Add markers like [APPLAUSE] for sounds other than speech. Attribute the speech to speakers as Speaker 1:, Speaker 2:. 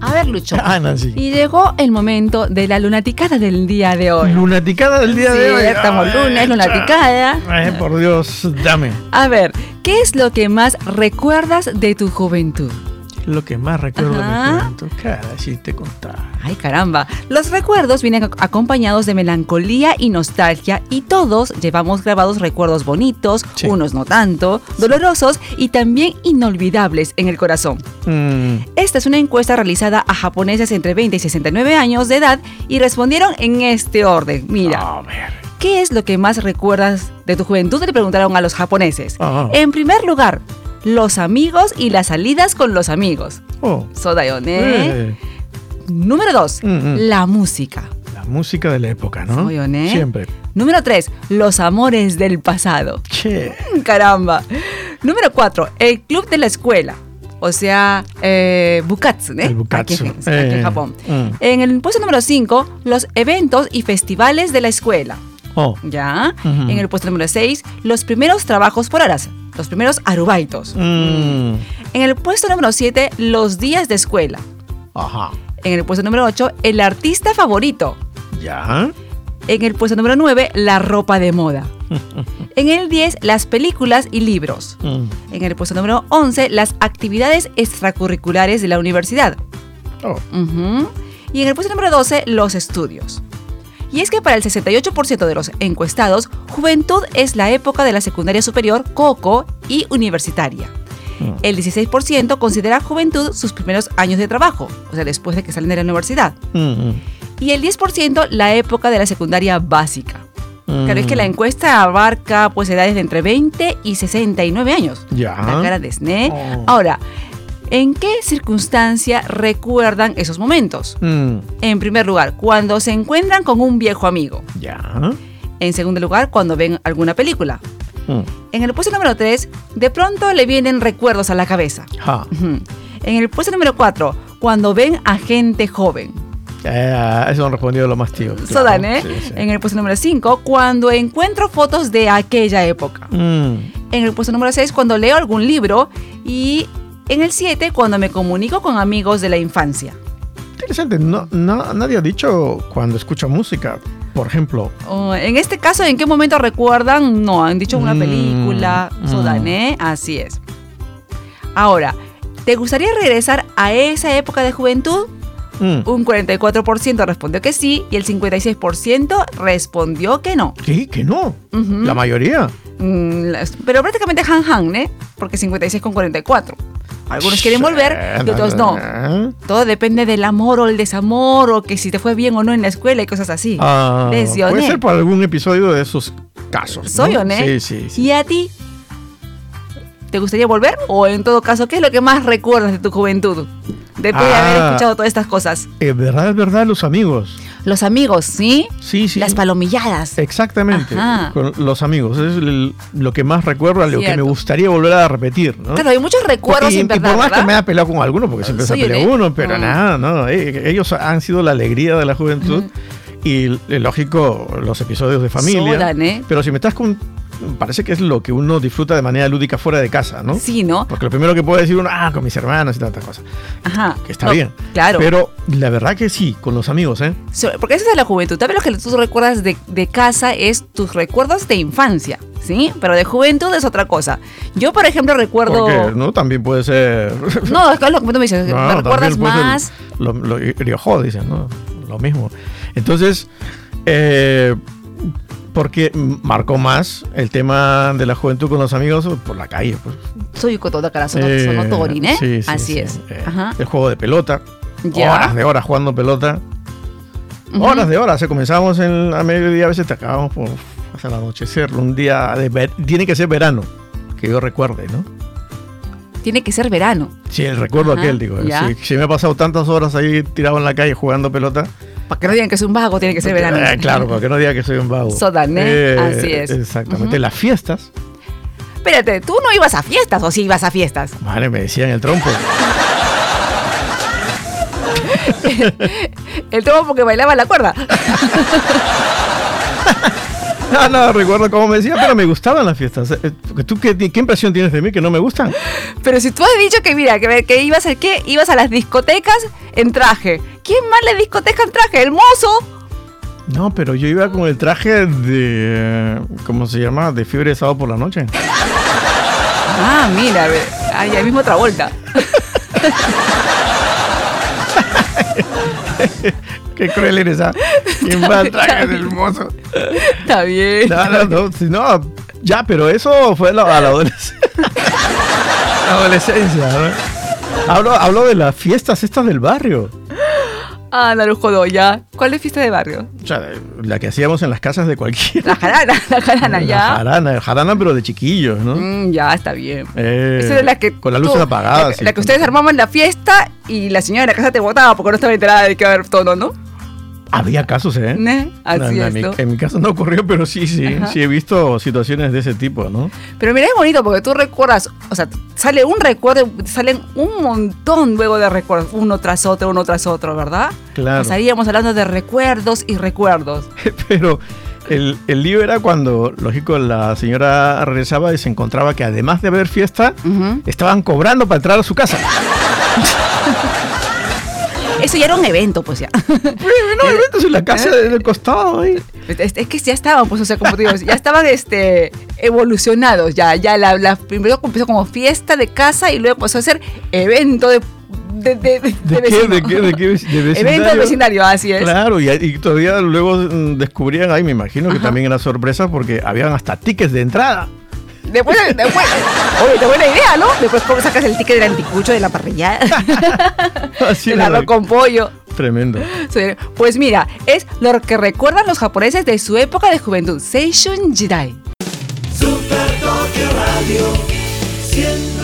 Speaker 1: Pagliucho.
Speaker 2: Ah, Nancy.
Speaker 1: Y llegó el momento de la lunaticada del día de hoy.
Speaker 2: Lunaticada del día
Speaker 1: Sí,
Speaker 2: de hoy.
Speaker 1: ya estamos
Speaker 2: Ay,
Speaker 1: lunes, lunaticada.
Speaker 2: Ay, por Dios, dame.
Speaker 1: A ver, ¿qué es lo que más recuerdas de tu juventud?
Speaker 2: Lo que más recuerdo de mi
Speaker 1: Ajá.
Speaker 2: juventud. Cara, si te contaba.
Speaker 1: Ay, caramba. Los recuerdos vienen ac- acompañados de melancolía y nostalgia y todos llevamos grabados recuerdos bonitos,
Speaker 2: Sí.
Speaker 1: unos no tanto, dolorosos y también inolvidables en el corazón.
Speaker 2: Mm,
Speaker 1: Esta es una encuesta realizada a japoneses entre 20 y 69 años de edad y respondieron en este orden. Mira, Eh,
Speaker 2: A ver.
Speaker 1: ¿qué es lo que más recuerdas de tu juventud? Le preguntaron a los japoneses.
Speaker 2: Ah.
Speaker 1: En primer lugar, los amigos y las salidas con los amigos.
Speaker 2: Oh.
Speaker 1: Sodayone.
Speaker 2: eh,
Speaker 1: Número 2,
Speaker 2: Mm, mm.
Speaker 1: la música.
Speaker 2: La música de la época, ¿no?
Speaker 1: Soy honesto.
Speaker 2: Siempre.
Speaker 1: Número 3, los amores del pasado.
Speaker 2: Che.
Speaker 1: Mm, Caramba. Número 4, el club de la escuela. O sea, eh, Bukatsu, ¿eh?
Speaker 2: El Bukatsu,
Speaker 1: Aquí, en- aquí
Speaker 2: eh,
Speaker 1: en Japón.
Speaker 2: mm.
Speaker 1: En el puesto número 5, los eventos y festivales de la escuela.
Speaker 2: Oh.
Speaker 1: ¿Ya?
Speaker 2: Ujú.
Speaker 1: En el puesto número 6, los primeros trabajos por horas. Los primeros arubaitos.
Speaker 2: Mm.
Speaker 1: En el puesto número 7, los días de escuela.
Speaker 2: Ajá.
Speaker 1: En el puesto número 8, el artista favorito.
Speaker 2: Ya. [LAUGHS]
Speaker 1: En el puesto número 9, la ropa de moda. En el 10, las películas y libros.
Speaker 2: Mm.
Speaker 1: En el puesto número 11, las actividades extracurriculares de la universidad.
Speaker 2: Oh.
Speaker 1: Ujú. Y en el puesto número 12, los estudios. Y es que para el 68% de los encuestados, juventud es la época de la secundaria superior, coco y universitaria.
Speaker 2: Mm.
Speaker 1: El 16% considera juventud sus primeros años de trabajo, o sea, después de que salen de la universidad.
Speaker 2: Mm,
Speaker 1: Y el 10% la época de la secundaria básica.
Speaker 2: mm.
Speaker 1: Claro, es que la encuesta abarca pues edades de entre 20 y 69 años.
Speaker 2: Ya.
Speaker 1: La cara de Sne.
Speaker 2: Oh.
Speaker 1: Ahora, ¿en qué circunstancia recuerdan esos momentos?
Speaker 2: Mm,
Speaker 1: En primer lugar, cuando se encuentran con un viejo amigo.
Speaker 2: Ya.
Speaker 1: En segundo lugar, cuando ven alguna película.
Speaker 2: Mm.
Speaker 1: En el puesto número 3, de pronto le vienen recuerdos a la cabeza.
Speaker 2: Ja.
Speaker 1: Ujú. En el puesto número 4, cuando ven a gente joven.
Speaker 2: Eh, eso han respondido los más tíos. claro.
Speaker 1: Sodan, ¿eh?
Speaker 2: Sí, sí.
Speaker 1: En el puesto número 5, cuando encuentro fotos de aquella época.
Speaker 2: Mm,
Speaker 1: En el puesto número 6, cuando leo algún libro. Y en el 7, cuando me comunico con amigos de la infancia.
Speaker 2: Interesante. No, no- nadie ha dicho cuando escucha música, por ejemplo.
Speaker 1: Oh, en este caso, ¿en qué momento recuerdan? No, han dicho una
Speaker 2: Mm,
Speaker 1: película,
Speaker 2: mm.
Speaker 1: Sodané, así es. Ahora, ¿te gustaría regresar a esa época de juventud?
Speaker 2: Mm.
Speaker 1: Un 44% respondió que sí y el 56% respondió que no.
Speaker 2: ¿Qué? ¿Que no?
Speaker 1: Ujú.
Speaker 2: La mayoría.
Speaker 1: Mm, las- pero prácticamente han han, ¿eh? Porque 56 con 44. Algunos quieren
Speaker 2: Sí, ¿eh?
Speaker 1: volver y otros no. Todo depende del amor o el desamor o que si te fue bien o no en la escuela y cosas así.
Speaker 2: Ah,
Speaker 1: Lesioné.
Speaker 2: puede ser por algún episodio de esos casos. ¿no?
Speaker 1: Soy honesto.
Speaker 2: Sí, sí. sí.
Speaker 1: ¿Y a ti? ¿Te gustaría volver? O en todo caso, ¿qué es lo que más recuerdas de tu juventud? Después de haber
Speaker 2: Ah.
Speaker 1: escuchado todas estas cosas.
Speaker 2: Es verdad, es verdad, los amigos.
Speaker 1: Los amigos, ¿sí?
Speaker 2: Sí, sí.
Speaker 1: Las palomilladas.
Speaker 2: Exactamente,
Speaker 1: Ajá.
Speaker 2: con los amigos. Es el- lo que más recuerdo, lo que me
Speaker 1: Cierto.
Speaker 2: gustaría volver a repetir. ¿no?
Speaker 1: Claro, hay muchos recuerdos
Speaker 2: y,
Speaker 1: en
Speaker 2: y
Speaker 1: verdad.
Speaker 2: por más que
Speaker 1: ¿verdad? Pues
Speaker 2: me haya peleado con alguno, porque siempre se
Speaker 1: Soy
Speaker 2: pelea
Speaker 1: honesto.
Speaker 2: uno, pero
Speaker 1: Ah.
Speaker 2: nada, no, eh, ellos han sido la alegría de la juventud y, eh, lógico, los episodios de familia.
Speaker 1: Sodan, ¿eh?
Speaker 2: Pero si me estás con... Parece que es lo que uno disfruta de manera lúdica fuera de casa, ¿no?
Speaker 1: Sí, ¿no?
Speaker 2: Porque lo primero que puede decir uno, ah, con mis hermanos y tantas cosas,
Speaker 1: Ajá.
Speaker 2: que está
Speaker 1: No,
Speaker 2: bien.
Speaker 1: Claro.
Speaker 2: Pero la verdad que sí, con los amigos, ¿eh?
Speaker 1: So- Porque eso es de la juventud. Tal vez lo que tú recuerdas de, de casa es tus recuerdos de infancia, ¿sí? Pero de juventud es otra cosa. Yo, por ejemplo, recuerdo.
Speaker 2: Porque, ¿no? También puede ser...
Speaker 1: No, es lo que tú me dices.
Speaker 2: No,
Speaker 1: me recuerdas
Speaker 2: también, pues, el-
Speaker 1: más.
Speaker 2: Lo, lo Riojo, dicen, ¿no? Lo mismo. Entonces, eh, porque marcó más el tema de la juventud con los amigos por la calle. Pues.
Speaker 1: Soy Cotoda Corazón,
Speaker 2: Eh,
Speaker 1: Torin, ¿eh?
Speaker 2: sí, sí,
Speaker 1: Así
Speaker 2: sí.
Speaker 1: es.
Speaker 2: Eh,
Speaker 1: Ajá.
Speaker 2: El juego de pelota.
Speaker 1: Ya.
Speaker 2: Horas de horas jugando pelota.
Speaker 1: Ujú.
Speaker 2: Horas de horas. Se comenzamos en, a mediodía, a veces te acabamos por, hasta el anochecer. Un día de ver- tiene que ser verano, que yo recuerde, ¿no?
Speaker 1: Tiene que ser verano.
Speaker 2: Sí, el recuerdo
Speaker 1: Ajá,
Speaker 2: aquel, digo.
Speaker 1: ya.
Speaker 2: Si, si me he pasado tantas horas ahí tirado en la calle jugando pelota,
Speaker 1: Para que no digan que es un vago, tiene que ser verano.
Speaker 2: Eh, claro, porque no diga que soy un vago. Eh,
Speaker 1: Sodané, así es.
Speaker 2: Exactamente.
Speaker 1: Ujú.
Speaker 2: Las fiestas,
Speaker 1: [LAUGHS] Espérate, ¿tú no ibas a fiestas o sí ibas a fiestas?
Speaker 2: madre, me decían el trompo. [LAUGHS]
Speaker 1: El tema porque bailaba la cuerda.
Speaker 2: No, no recuerdo cómo me decía, pero me gustaban las fiestas. Eh, ¿Tú qué, qué impresión tienes de mí que no me gustan?
Speaker 1: [LAUGHS] Pero si tú has dicho que, mira, que, que ibas a qué? Ibas a las discotecas en traje. ¿Quién más le discoteca en traje? ¡El mozo!
Speaker 2: No, pero yo iba con el traje de. eh, ¿Cómo se llama? De fiebre de sábado por la noche.
Speaker 1: Ah, mira, ve. Ay, ahí mismo otra vuelta. [LAUGHS]
Speaker 2: Qué cruel eres, ¿ah? ¿Quién va al traje del mozo?
Speaker 1: Está bien.
Speaker 2: No, no, no, si no, ya, pero eso fue la, a la adolescencia. [LAUGHS] La adolescencia, ¿no? Hablo, hablo de las fiestas estas del barrio.
Speaker 1: Ah, Narujo Godoya. ¿Cuál es fiesta de barrio?
Speaker 2: O sea, la que hacíamos en las casas de cualquiera.
Speaker 1: La jarana, la [LAUGHS] jarana,
Speaker 2: La
Speaker 1: ya.
Speaker 2: jarana, jarana, pero de chiquillos, ¿no?
Speaker 1: Mm, ya, está bien.
Speaker 2: Eh,
Speaker 1: Esa era la que.
Speaker 2: con las
Speaker 1: tú-
Speaker 2: luces apagadas.
Speaker 1: La, que-
Speaker 2: sí.
Speaker 1: la que ustedes armaban la fiesta y la señora de la casa te votaba porque no estaba enterada de que iba a haber todo, ¿no?
Speaker 2: Había casos, ¿eh?
Speaker 1: ¿Ne? Así
Speaker 2: No, no,
Speaker 1: es.
Speaker 2: en, mi,
Speaker 1: ¿no?
Speaker 2: en mi caso no ocurrió, pero sí, sí,
Speaker 1: Ajá.
Speaker 2: sí he visto situaciones de ese tipo, ¿no? [LAUGHS]
Speaker 1: Pero mira, es bonito porque tú recuerdas, o sea, sale un recuerdo, salen un montón luego de recuerdos, uno tras otro, uno tras otro, ¿verdad?
Speaker 2: Claro.
Speaker 1: Estaríamos hablando de recuerdos y
Speaker 2: [LAUGHS]
Speaker 1: recuerdos.
Speaker 2: Pero el, el lío era cuando, lógico, la señora regresaba y se encontraba que además de haber fiesta,
Speaker 1: Ujú.
Speaker 2: estaban cobrando para entrar a su casa.
Speaker 1: Ah, Eso ya era un evento, pues ya.
Speaker 2: no, eventos en Eh, la casa
Speaker 1: Eh.
Speaker 2: del costado ahí.
Speaker 1: Es, es que ya estaban, pues, o sea, como te digo, ya estaban este, evolucionados. Ya, ya la, la- primero empezó como fiesta de casa y luego pasó a ser evento de. ¿De, de, de,
Speaker 2: ¿De qué?
Speaker 1: vecino.
Speaker 2: ¿De
Speaker 1: [LAUGHS]
Speaker 2: qué? ¿De qué? ¿De vecindario?
Speaker 1: Evento de vecindario, así es.
Speaker 2: Claro, y, y todavía luego mm, descubrían ahí, me imagino que
Speaker 1: Ajá.
Speaker 2: también era sorpresa porque habían hasta tickets de entrada.
Speaker 1: [LAUGHS] Después, después, oye, qué buena idea, ¿no? Después ¿cómo sacas el ticket del anticucho de la
Speaker 2: [LAUGHS]
Speaker 1: parrillada,
Speaker 2: Así
Speaker 1: el
Speaker 2: era.
Speaker 1: arroz con pollo.
Speaker 2: Tremendo.
Speaker 1: Sí, Pues mira, es lo que recuerdan los japoneses de su época de juventud, Seishun Jidai.
Speaker 3: Super Tokio Radio 100.3